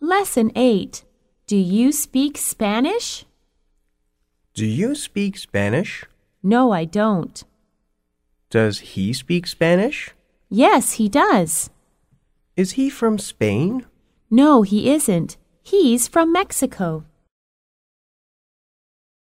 Lesson 8. Do you speak Spanish? Do you speak Spanish? No, I don't. Does he speak Spanish? Yes, he does. Is he from Spain? No, he isn't. He's from Mexico.